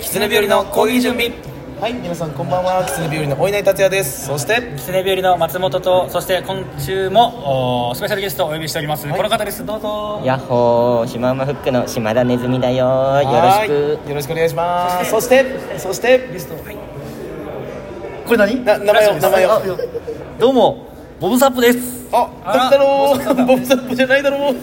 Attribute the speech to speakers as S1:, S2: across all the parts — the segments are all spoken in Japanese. S1: つね日和のコーヒー準備
S2: はい、皆さんこんばんは。キツネ日和のお稲荷達也です。そして、
S1: キツネ日和の松本とそして今週もおスペシャルゲストをお呼びしております、この方ですどうぞ
S3: ヤッホーシマウマフックの島田ネズミだよー
S2: はい
S3: よろしく
S2: よろしくお願いします。そして、そして、
S1: ゲストはい
S4: これ何
S2: な名前を名前を。
S4: あいやどうもボブサップです
S2: あ、
S1: あ
S2: だったろう。ボブサップじゃないだろう。違い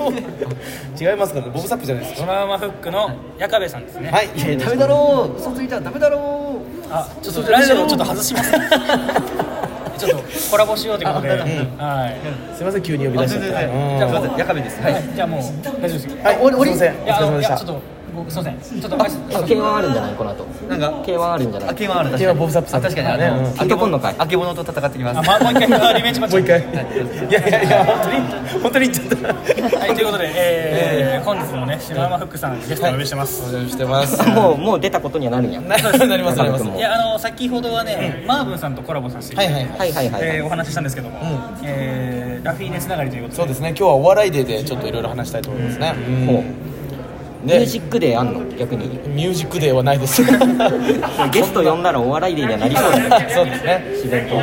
S2: ますからね。ボブサップじゃないです
S1: ドラマフックの矢壁さんですね
S2: はい。
S4: いやダメだろう嘘ついちゃダメだろう
S1: あちょっとラジオをちょっと外します ちょっとコラボしようということで、はい
S2: すみません急に呼び出しちゃって。うん
S1: じゃあ
S4: す
S1: も
S4: いま
S1: う
S4: せんヤカベですは
S1: はいい、じゃあもう大丈夫ですよ
S2: はい、
S4: おおり
S2: すみません。お
S1: いやあ
S2: 疲れ
S1: のい
S2: 様でし
S1: や
S2: た
S1: ちょっ。とごすいませんちょっと
S3: あ K1 あるんじゃないこの後
S4: なんか
S3: K1 あるんじゃな
S4: あ
S3: い
S4: けまある確
S2: け
S4: か
S2: は
S4: に
S2: ボブサップさん
S4: あ確かにあの、
S2: ねうん
S3: あけぼの会
S4: あけぼのと戦ってきます
S1: あ、まあ、もう一 回リベンジマッチ
S2: もう一回。いやいやいや本当に本当に言っちゃった。
S1: はい、ということで、えー本日のね、シマウマフックさんゲストをお呼びしてます、
S2: お邪魔してます。
S3: もうもう出たことにはなるんや
S2: ななりますなり ます。
S3: も
S1: いやあの先ほどはね、マーブンさんとコラボさせていた
S2: は
S1: だい
S2: い
S1: て、
S2: はいはい。
S3: はいはいはい、
S1: えーお話ししたんですけども、えーラフィーネつながりということで
S2: そうですね。今日はお笑いデーでちょっといろいろ話したいと思いますね。
S3: もうミュー
S2: ね。
S3: ジックデーあんの 逆に
S2: ミュージックデーはないです。
S3: ゲスト呼んだらお笑いデーにはなりそうだね
S2: そうですね。
S3: 自然と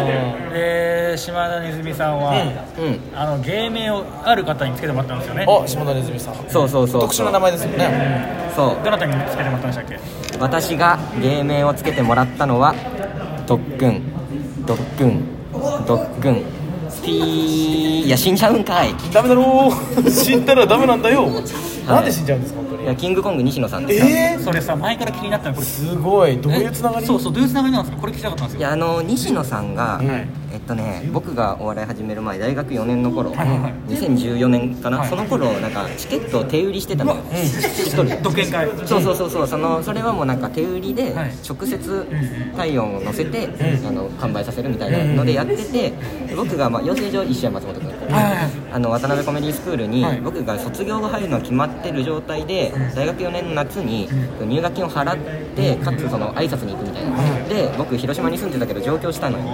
S1: で島田ねずみさんは、
S3: うん
S1: あの芸名をある方につけてもらったんですよね
S2: お、下田ねずみさん。
S3: そうそうそう
S2: 特殊な名前ですよね。
S3: そう
S1: どなたにつけてもらったんでしたっけ
S3: 私が芸名をつけてもらったのは特訓特訓特訓ピーいや死んじゃうんかい
S2: ダメだろう。 死んだらダメなんだよ。なんで死んじゃうんですか、本当
S3: い
S2: に。
S3: やキングコング西野さんです
S2: えー、
S1: それさ前から気になったのこれ
S2: すごい。どういうつながり？
S1: えそうそうどういうつながりなんですかこれ聞きたかったんです
S3: い
S1: よ
S3: やあの西野さんが、
S2: はい
S3: えっとね僕がお笑い始める前大学4年の頃、
S1: はいはいはい
S3: 2014年かな、
S1: はい
S3: その頃なんかチケットを手売りしてたのよ、一人で
S1: 独演会
S3: そうそうそうそうそのそれはもうなんか手売りで
S1: はい
S3: 直接体温を乗せて、あの販売させるみたいなのでやってて、で僕がまあ養成所石山松本君だったんで
S1: はいはいはい
S3: あの渡辺コメディスクールに
S1: はい
S3: 僕が卒業が入るのが決まってる状態で大学4年の夏に入学金を払ってかつその挨拶に行くみたいなで僕広島に住んでたけど上京したの
S1: おー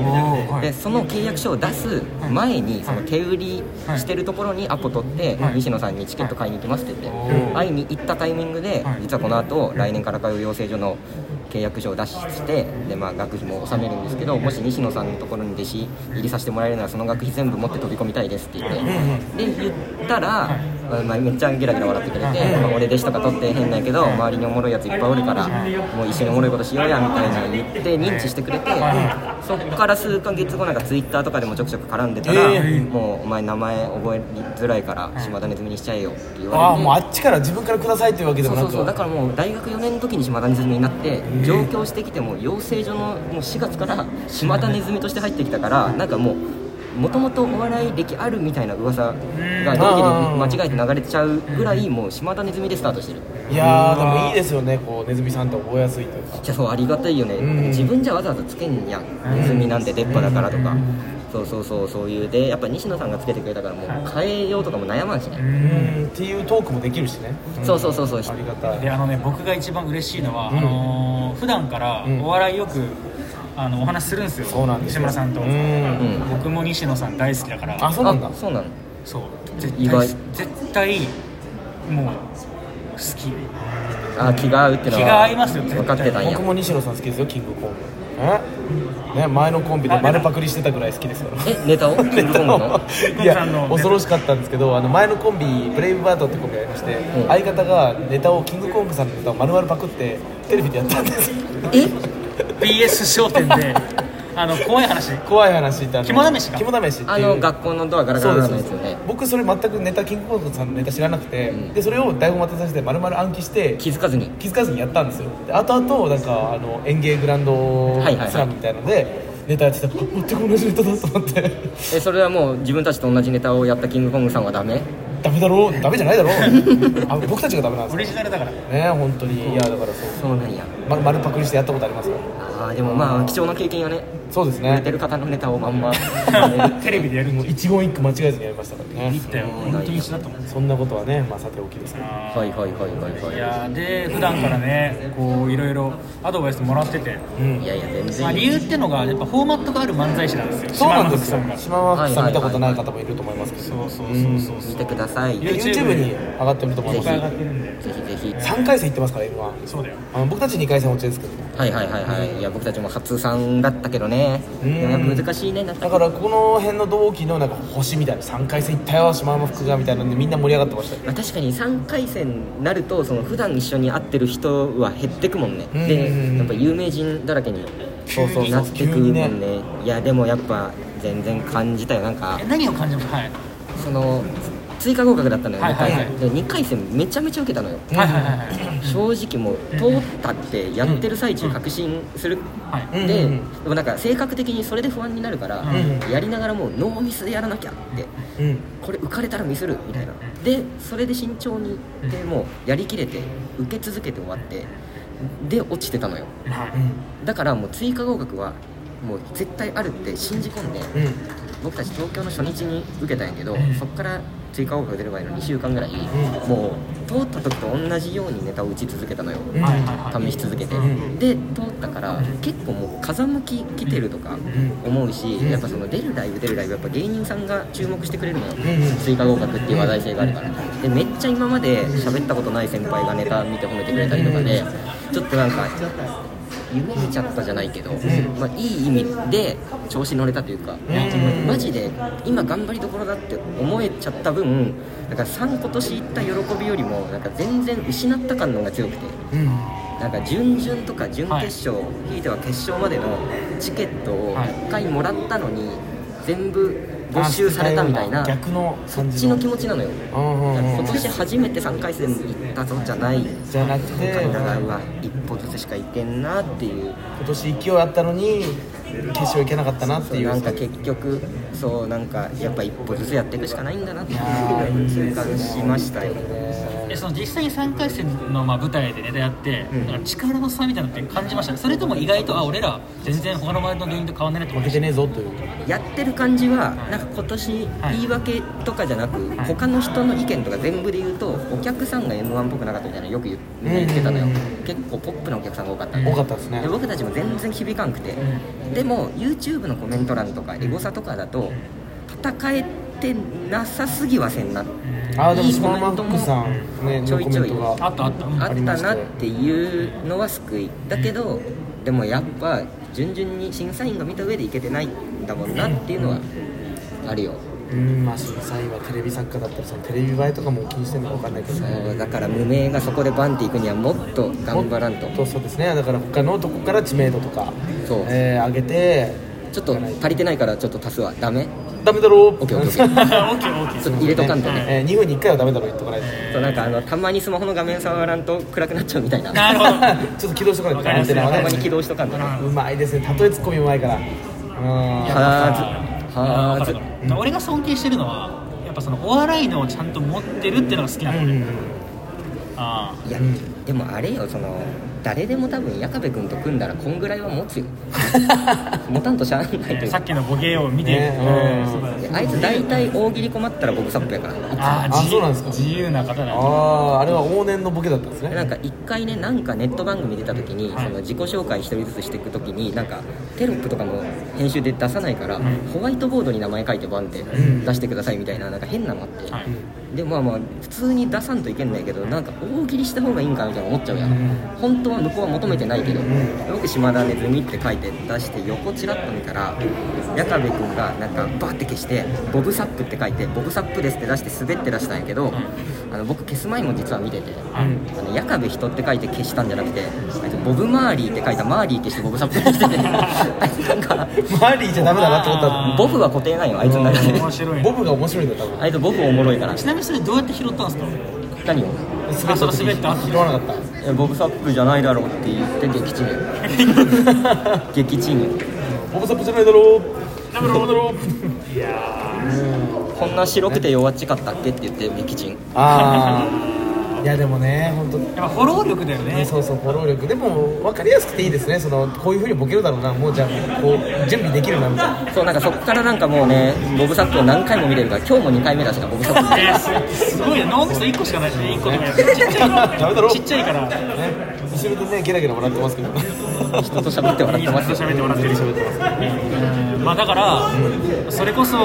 S1: は
S3: よ
S1: い
S3: でその契約書を出す前にその手売りしてるところにアポ取って
S1: はい
S3: 西野さんにチケット買いに行きますって言っ
S1: おー
S3: て会いに行ったタイミングで
S1: はい
S3: 実はこの後来年から通う養成所の契約書を出してでまあ学費も納めるんですけどもし西野さんのところに弟子入りさせてもらえるならその学費全部持って飛び込みたいですって言ってで言ったら、まあ、めっちゃゲラゲラ笑ってくれて、まあ、俺弟子とか取って変だけど周りにおもろいやついっぱいおるからもう一緒におもろいことしようやみたいなの言って認知してくれてそっから数ヶ月後なんかツイッターとかでもちょくちょく絡んでたら、
S2: えー
S3: もうお前名前覚えづらいから島田ネズミにしちゃえよって言
S2: あ
S3: わ
S2: あ、
S3: れ
S2: もう
S3: て。
S2: あっちから自分からくださいっていうわけで
S3: そ
S2: も
S3: う
S2: なく。
S3: そうそうだからもう大学4年の時に島田ネズミになって上京してきても養成所のもう4月から島田ネズミとして入ってきたからなんかもうもともとお笑い歴あるみたいな噂が同期で間違えて流れちゃうぐらいもう島田ネズミでスタートしてる
S2: いやー、でもいいですよね。こうネズミさんと覚えやすいというか。
S3: じゃあそうありがたいよね、
S2: ん
S3: 自分じゃわざわざつけんやん、ネズミなんて出っ歯だからとか、そうそうそうそういうでやっぱ西野さんがつけてくれたからもう変えようとかも悩まんしね、
S2: うん、っていうトークもできるしね。
S3: そうそうそうそう
S2: ありがたい。
S1: であのね僕が一番嬉しいのは、
S2: ん
S1: あのー普段から
S2: うん
S1: お笑いよく、あのお話しするんですよ
S2: そうなんです
S1: 西
S2: よ
S1: 村さんと、
S2: うん
S3: うん
S1: 僕も西野さん大好きだから
S2: あ、そうなんだ
S3: あ。そうなの
S1: そう絶対
S3: 意外
S1: 絶対もう好き
S3: あ気が合うってのは
S1: 気が合いますよ絶対
S3: 分かってたんや
S2: 僕も西野さん好きですよ。キングコング。え？ね、前のコンビで丸パクリしてたぐらい好きですから。
S3: えネタをキングコングの
S2: いや恐ろしかったんですけどあの前のコンビブレイブバードってコンビがありまして、
S3: ん
S2: 相方がネタをキングコングさんのネタを丸々パクってテレビでやったんですよ
S1: BS 商店で あの怖い話
S2: 怖い話ってあの
S1: 肝試しか
S2: 肝試しっていう
S3: あの学校のドアガラ
S2: そ
S3: ガ
S2: うで
S3: ラ
S2: す
S3: のやつ
S2: そう
S3: よ
S2: で
S3: ね
S2: す僕それ全くネタキングコングさんのネタ知らなくて、
S3: ん
S2: でそれを台本渡させて丸々暗記して
S3: 気づかずに
S2: 気づかずにやったんですよで後々なんかあの園芸グランド
S3: はいはいはい
S2: スラムみたいなので、ネタやってたら全く同じネタだと思って
S3: えそれはもう自分たちと同じネタをやったキングコングさんはダメ
S2: ダメだろうダメじゃないだろうあ僕たちがダメなんで
S1: オ
S2: す
S1: リジナルだから
S2: ね本当にいやだからそう
S3: そうなんや
S2: ま、丸パクリしてやったことありますか
S3: あああでもまあ貴重な経験よね
S2: そうです
S3: 売れて
S2: ね
S3: る方のネタをまんま
S1: テレビでやる
S2: も
S1: の
S2: う一言一句間違えずにやりましたからね
S1: 見たよ本当に一緒だと思うんです
S2: そんなことはねまあさておきですけど
S3: はいはいはいはいはい
S1: いやーで普段からねこういろいろアドバイスもらってて、
S2: うん
S3: いやいや全
S1: まあ、
S3: 然い
S1: 理
S3: い
S1: 由ってのがやっぱフォーマットがある漫才師なんですよ
S2: そうなんですよ
S1: 島野さんが
S2: 島マさん
S3: は
S2: 見
S3: いはいはい
S2: たことない方もいると思いますけど
S1: そうそうそうそう
S3: 見てください
S1: や
S3: ぜ
S2: で YouTube に上がってると思い
S3: ひ
S2: ます
S1: 上がってるんで
S3: ぜひぜひ
S2: 3回戦行ってますから M1
S1: そうだよ
S2: あの僕たち2回戦落ちですけど
S3: はいはいはいはいいや僕たちも初参だったけどね
S2: うん
S3: でもやっぱ難しいねなんか
S2: だからこの辺の同期のなんか星みたいな3回戦行ったよ島山福がみたいなんでみんな盛り上がってましたよ
S3: まあ確かに3回戦になるとその普段一緒に会ってる人は減ってくもんね
S2: うんうんうん
S3: でやっぱ有名人だらけに
S2: そうそうそ
S3: な
S2: う
S3: って
S2: 急
S3: くもん
S2: にね
S3: ねいやでもやっぱ全然感じたよなんか
S1: え何を感じますはい
S3: その追加合格だったのよ
S1: はい
S3: 2
S1: はい
S3: 回
S1: はい
S3: 戦で2回戦めちゃめちゃ受けたのよ
S1: はいはいはいはい
S3: 正直もう通ったってやってる最中確信する
S1: はい
S2: うん
S3: で
S2: うん
S3: でもなんか性格的にそれで不安になるから
S2: う
S3: やりながらもうノーミスでやらなきゃって
S2: うん
S3: これ浮かれたら見せるみたいなでそれで慎重にでもうやりきれて受け続けて終わってで落ちてたのよだからもう追加合格はもう絶対あるって信じ込んで
S2: うんうん
S3: 僕たち東京の初日に受けたんやけどそっから追加合格出る前の2週間ぐらい
S2: ん
S3: もう通った時と同じようにネタを打ち続けたのよ
S2: うん
S1: はいはいはい
S3: 試し続けて、
S2: うん
S3: で通ったから結構もう風向き来てるとか思うし、やっぱその出るライブ出るライブやっぱ芸人さんが注目してくれるのよ、
S2: ん
S3: 追加合格っていう話題性があるから、でめっちゃ今まで喋ったことない先輩がネタ見て褒めてくれたりとかで、ちょっとなんか夢見ちゃったじゃないけど、まあ、いい意味で調子乗れたというか、
S2: ん
S3: マジで今頑張りどころだって思えちゃった分なんか3今年行った喜びよりもなんか全然失った感の方が強くて。
S2: うん
S3: なんか準々とか準決勝、ひいては決勝までのチケットを
S1: はい
S3: 1回もらったのに全部没収されたみたいな
S2: あ逆の
S3: そっ
S2: 感
S3: ち
S2: じ
S3: の気持ちなのよ
S2: うんうんうん
S3: 今年初めて3回戦行ったぞじゃない今
S2: じゃなくて
S3: 回のライブは一歩ずつしか行けんなっていう
S2: 今年勢いあったのに決勝行けなかったなって
S3: そう
S2: いう
S3: なんか結局そうなんかやっぱ一歩ずつやっていくしかないんだなっていう痛感しましたよ
S1: えその実際に3回戦のまあ舞台でネタやって、
S3: ん
S1: なんか力の差みたいなのって感じましたねそれとも意外とあ俺ら全然他の周りの芸人と変わんないなって
S2: 負
S1: こと
S2: け
S1: でして
S2: ねえぞというか
S3: やってる感じはなんか今年
S1: はい
S3: 言い訳とかじゃなく
S1: はい
S3: 他の人の意見とか全部で言うとお客さんが m 1っぽくなかったみたいなのよく言うみんな言ってたのよ
S2: うんうん
S3: 結構ポップなお客さんが多かったんで
S2: 多かったですね
S3: で僕たちも全然響かんくてでも YouTube のコメント欄とかエゴサとかだと戦えてなさすぎはせんな
S2: ああでも
S3: いいコ
S2: 島
S3: メント
S2: 山福
S3: も
S2: さんね
S3: ちょ
S2: の
S3: い
S2: コメ
S3: ちょ
S2: ン
S3: い
S2: トが
S1: たあったあった、うん
S3: あ
S2: り
S3: った
S2: ました
S3: なっていうのは救いだけどでもやっぱ順々に審査員が見た上でいけてないんだもんなっていうのはあるよ
S2: うんまあ審査員はテレビ作家だったりそのテレビ映えとかも気にしてるのか分かんないけど
S3: そうだから無名がそこでバンっていくにはもっと頑張らんと
S2: そうそうですねだから他のとこから知名度とか
S3: そう
S2: えー上げて
S3: ちょっと足りてないからちょっと足すわダメ
S2: ダメだろー
S3: オッケーオッケーオッケ
S1: OKOK
S3: ちょっと入れとかんとね
S2: えー2分に1回はダメだろ言っとかないと
S3: そうなんかあのたまにスマホの画面触らんと暗くなっちゃうみたいな
S1: な るほど
S2: ちょっと起動しとかないとアンテナ
S1: わか
S2: は
S1: り
S3: 頭
S1: ま
S3: に
S2: ね
S3: 起動しとかんとね
S2: うまいですね例えツッコミうまいからうん
S1: あーわかる
S3: はーずはーず
S1: わかる俺が尊敬してるのはやっぱそのお笑いのをちゃんと持ってるっていうのが好きなの、
S2: うん
S1: あ
S3: いやでもあれよその誰でも多分矢壁君と組んだらこんぐらいは 持つよ持たんとしゃあないと
S1: ー
S3: いう
S1: さっきのボケを見て、
S2: ね
S1: うん
S2: うん
S1: そうだね
S3: いやあいつ大体大喜利困ったら僕サップやから
S1: あ
S2: あ
S1: ー自
S2: そうなんです
S1: 由
S2: か
S1: 自由な方だ
S2: あ
S1: ね
S2: ああれは往年のボケだったんですね
S3: なんか一回ねなんかネット番組出た時にその自己紹介一人ずつしていく時になんかテロップとかも編集で出さないからホワイトボードに名前書いてバンって出してくださいみたいななんか変なのあって
S1: はい
S3: でまあまあ普通に出さんといけんないけどなんか大喜利した方がいいんかみたいな思っちゃうやん本当は向こうは求めてないけど僕「島田ネズミ」って書いて出して横ちらっと見たら矢壁君がなんかバーって消して「ボブサップ」って書いて「ボブサップです」って出して滑って出したんやけどあの僕消す前も実は見ててあの「矢壁人」って書いて消したんじゃなくてあいつ「ボブマーリー」って書いたマーリー消してボブサップにして てあいつなんか
S2: マーリーじゃダメだなと思った
S3: ボブは固定ないよあいつの中で
S1: 面白い
S2: ボ
S1: ね
S2: ブが面白いんだよ多分
S3: あいつボブおもろいから
S1: ちなみにそれどうやって拾ったんですか
S3: 何を
S2: 滑った時
S1: あそう滑った
S2: 拾わなかっ
S3: えボブサップじゃないだろうって言って撃沈 撃沈よ
S2: たボブサップじゃないだろダメだろダメだろ
S3: こんな白くて弱っちかったっけって言って撃沈
S2: ああいやねでもね本当
S1: やっぱフォロー力だよね
S2: そうそうフォロー力でも分かりやすくていいですねそのこういうふうにボケるだろうなもうじゃあこう準備できるなみたいな
S3: そうなんかそこからなんかもうねボブサップを何回も見れるから今日も2回目だしなボブサップ
S1: ねすごいね脳みそ1個しかないしね1個とかちっちゃい
S2: ダメだろ
S1: ちっちゃいから
S2: ね後ろでねゲラゲラ笑ってますけど
S3: 人と喋ってもらっ
S1: いい
S3: て
S1: 人と
S3: ますよ
S1: 喋ってもらってるしうんまあだから、それこそ、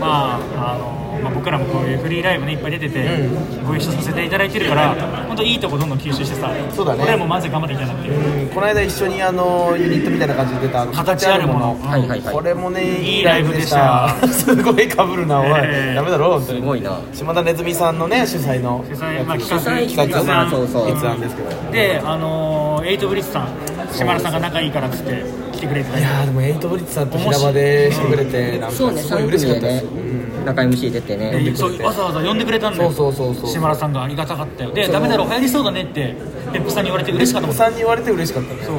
S1: まああのまあ、僕らもこういうフリーライブねいっぱい出てて、ご一緒させていただいてるから本当いいとこどんどん吸収してさ
S2: そうだね
S1: 俺らもマジで頑張っていきたいなっていう
S2: うんこの間一緒にあのユニットみたいな感じで出たあの
S1: 形あるもの
S3: はいはいはい
S2: これもね
S1: いいライブでした
S2: いいライブでしたすごいかぶるなおい、
S1: ええ
S2: ダメだろ本当
S3: す
S2: に
S3: ごいな
S2: 島田ねずみさんのね主催の
S1: 主催まあ企画
S3: 主催
S1: 企
S3: 企
S1: 画
S3: 画そうそう
S2: 立案ですけどい
S1: であのエイトブリッジさん島田さんが仲いいからっつって来てくれてたり
S2: やーでもエイトブリッジさんと平場でしてくれてなんかす
S3: そうね
S2: ごい
S3: 3
S2: 嬉し
S3: 組
S2: かっ
S3: で
S2: たで
S3: ね
S2: す
S3: 中 MC 出てね
S1: でそうわざわざ呼んでくれたんだよ
S2: そうそうそうそう
S1: 島田さんがありがたかったよでダメだろ流行りそうだねって別府さんに言われて嬉しかったもん
S2: さんに言われて嬉しかったね
S1: そう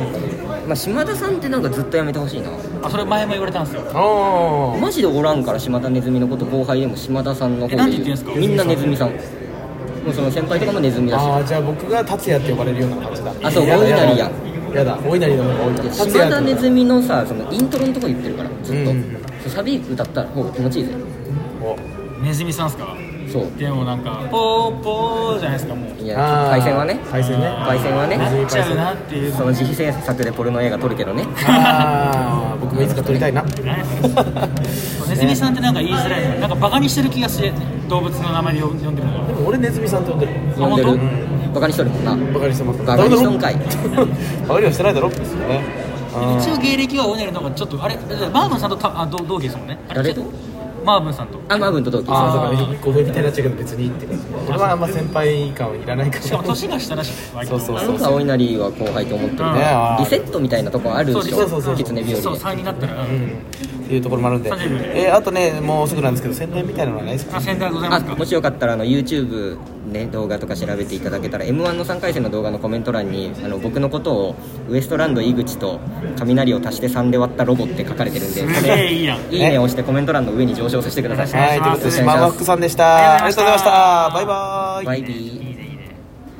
S3: まあ島田さんってなんかずっとやめてほしいな
S1: あそれ前も言われたんですよ
S2: あ
S3: マジでおらんから島田ネズミのこと後輩でも島田さんの方
S1: えなんて
S3: で
S1: 言ってんすか
S3: みんなネズミさんもうその先輩とかもネズミ
S2: あ
S3: だし
S2: ああじゃあ僕が達也って呼ばれるような感じだ
S3: あそう
S2: だ
S3: 大稲荷
S2: だやだ大稲荷の方が多い
S3: で
S2: 達
S3: 島
S2: 也
S3: 田ネズミのさそのイントロのとこ言ってるからずっと、
S2: うんうん
S3: そうサビ歌ったらほう気持ちいいぜ
S2: お
S1: ネズミさんっすか
S3: そう
S1: でもなんかポーポーじゃないですかもう
S3: いや
S2: あー
S3: 対戦はね
S2: 対戦ね
S3: 対戦はね
S1: なっちゃうなっていう
S3: その自費制作でポルノ映画撮るけどね
S2: ああ僕もいつか撮りたいな
S1: ネズミさんってなんか言いづらいのなんかバカにしてる気がして動物の名前で呼んでるのが
S2: でも俺ネズミさんと呼んでる
S3: 呼んでる
S1: 本
S3: バカにしとるもんな
S2: バカにしてます
S3: バカにしとんかい
S2: バカにはしてないだろですよねうん
S1: 一応芸歴はオネルの方がちょっとあれマーブンさんとたあ同同期ですもんねあれ
S3: 誰
S1: ち
S3: と
S1: ょっマーブンさんと
S3: あマーブンと同期
S2: あ
S1: ー
S2: あそうかごめんみたいになっちゃうけど別にって感じ俺はあんま先輩感はいらないから
S1: しかも年が下だしね割
S2: そう
S1: と
S2: そう
S3: あ
S2: そ
S3: の
S2: う
S3: 子はお稲荷は後輩と思ってる
S1: うん
S2: ねあー
S3: リセットみたいなとこあるでし
S2: そうそうそ
S3: ょ
S2: う
S3: キツネ日
S1: そう
S3: 和
S1: 3になったら、う、
S2: うんんっていうところもあるんで
S1: 30秒
S2: えーあとねもうすぐなんですけど宣伝みたいなのはないですか
S1: あ宣伝ございま
S3: あ
S1: すか
S3: もしよかったらあの YouTube ね動画とか調べていただけたら m 1の3回戦の動画のコメント欄にあの僕のことをウエストランド井口と雷を足して3で割ったロボって書かれてるんで
S1: す
S3: そ
S1: げえ
S3: れ
S1: いいやん
S3: いいねを押してコメント欄の上に上昇させてください
S1: お願
S2: はい
S1: します
S2: いということで
S3: お願いします
S2: 島田福さんでしたあ
S1: ありが
S2: りがと
S1: と
S2: う
S1: うござい
S2: ございま
S1: ま
S2: し
S1: したた
S2: バイバイ
S3: バイビー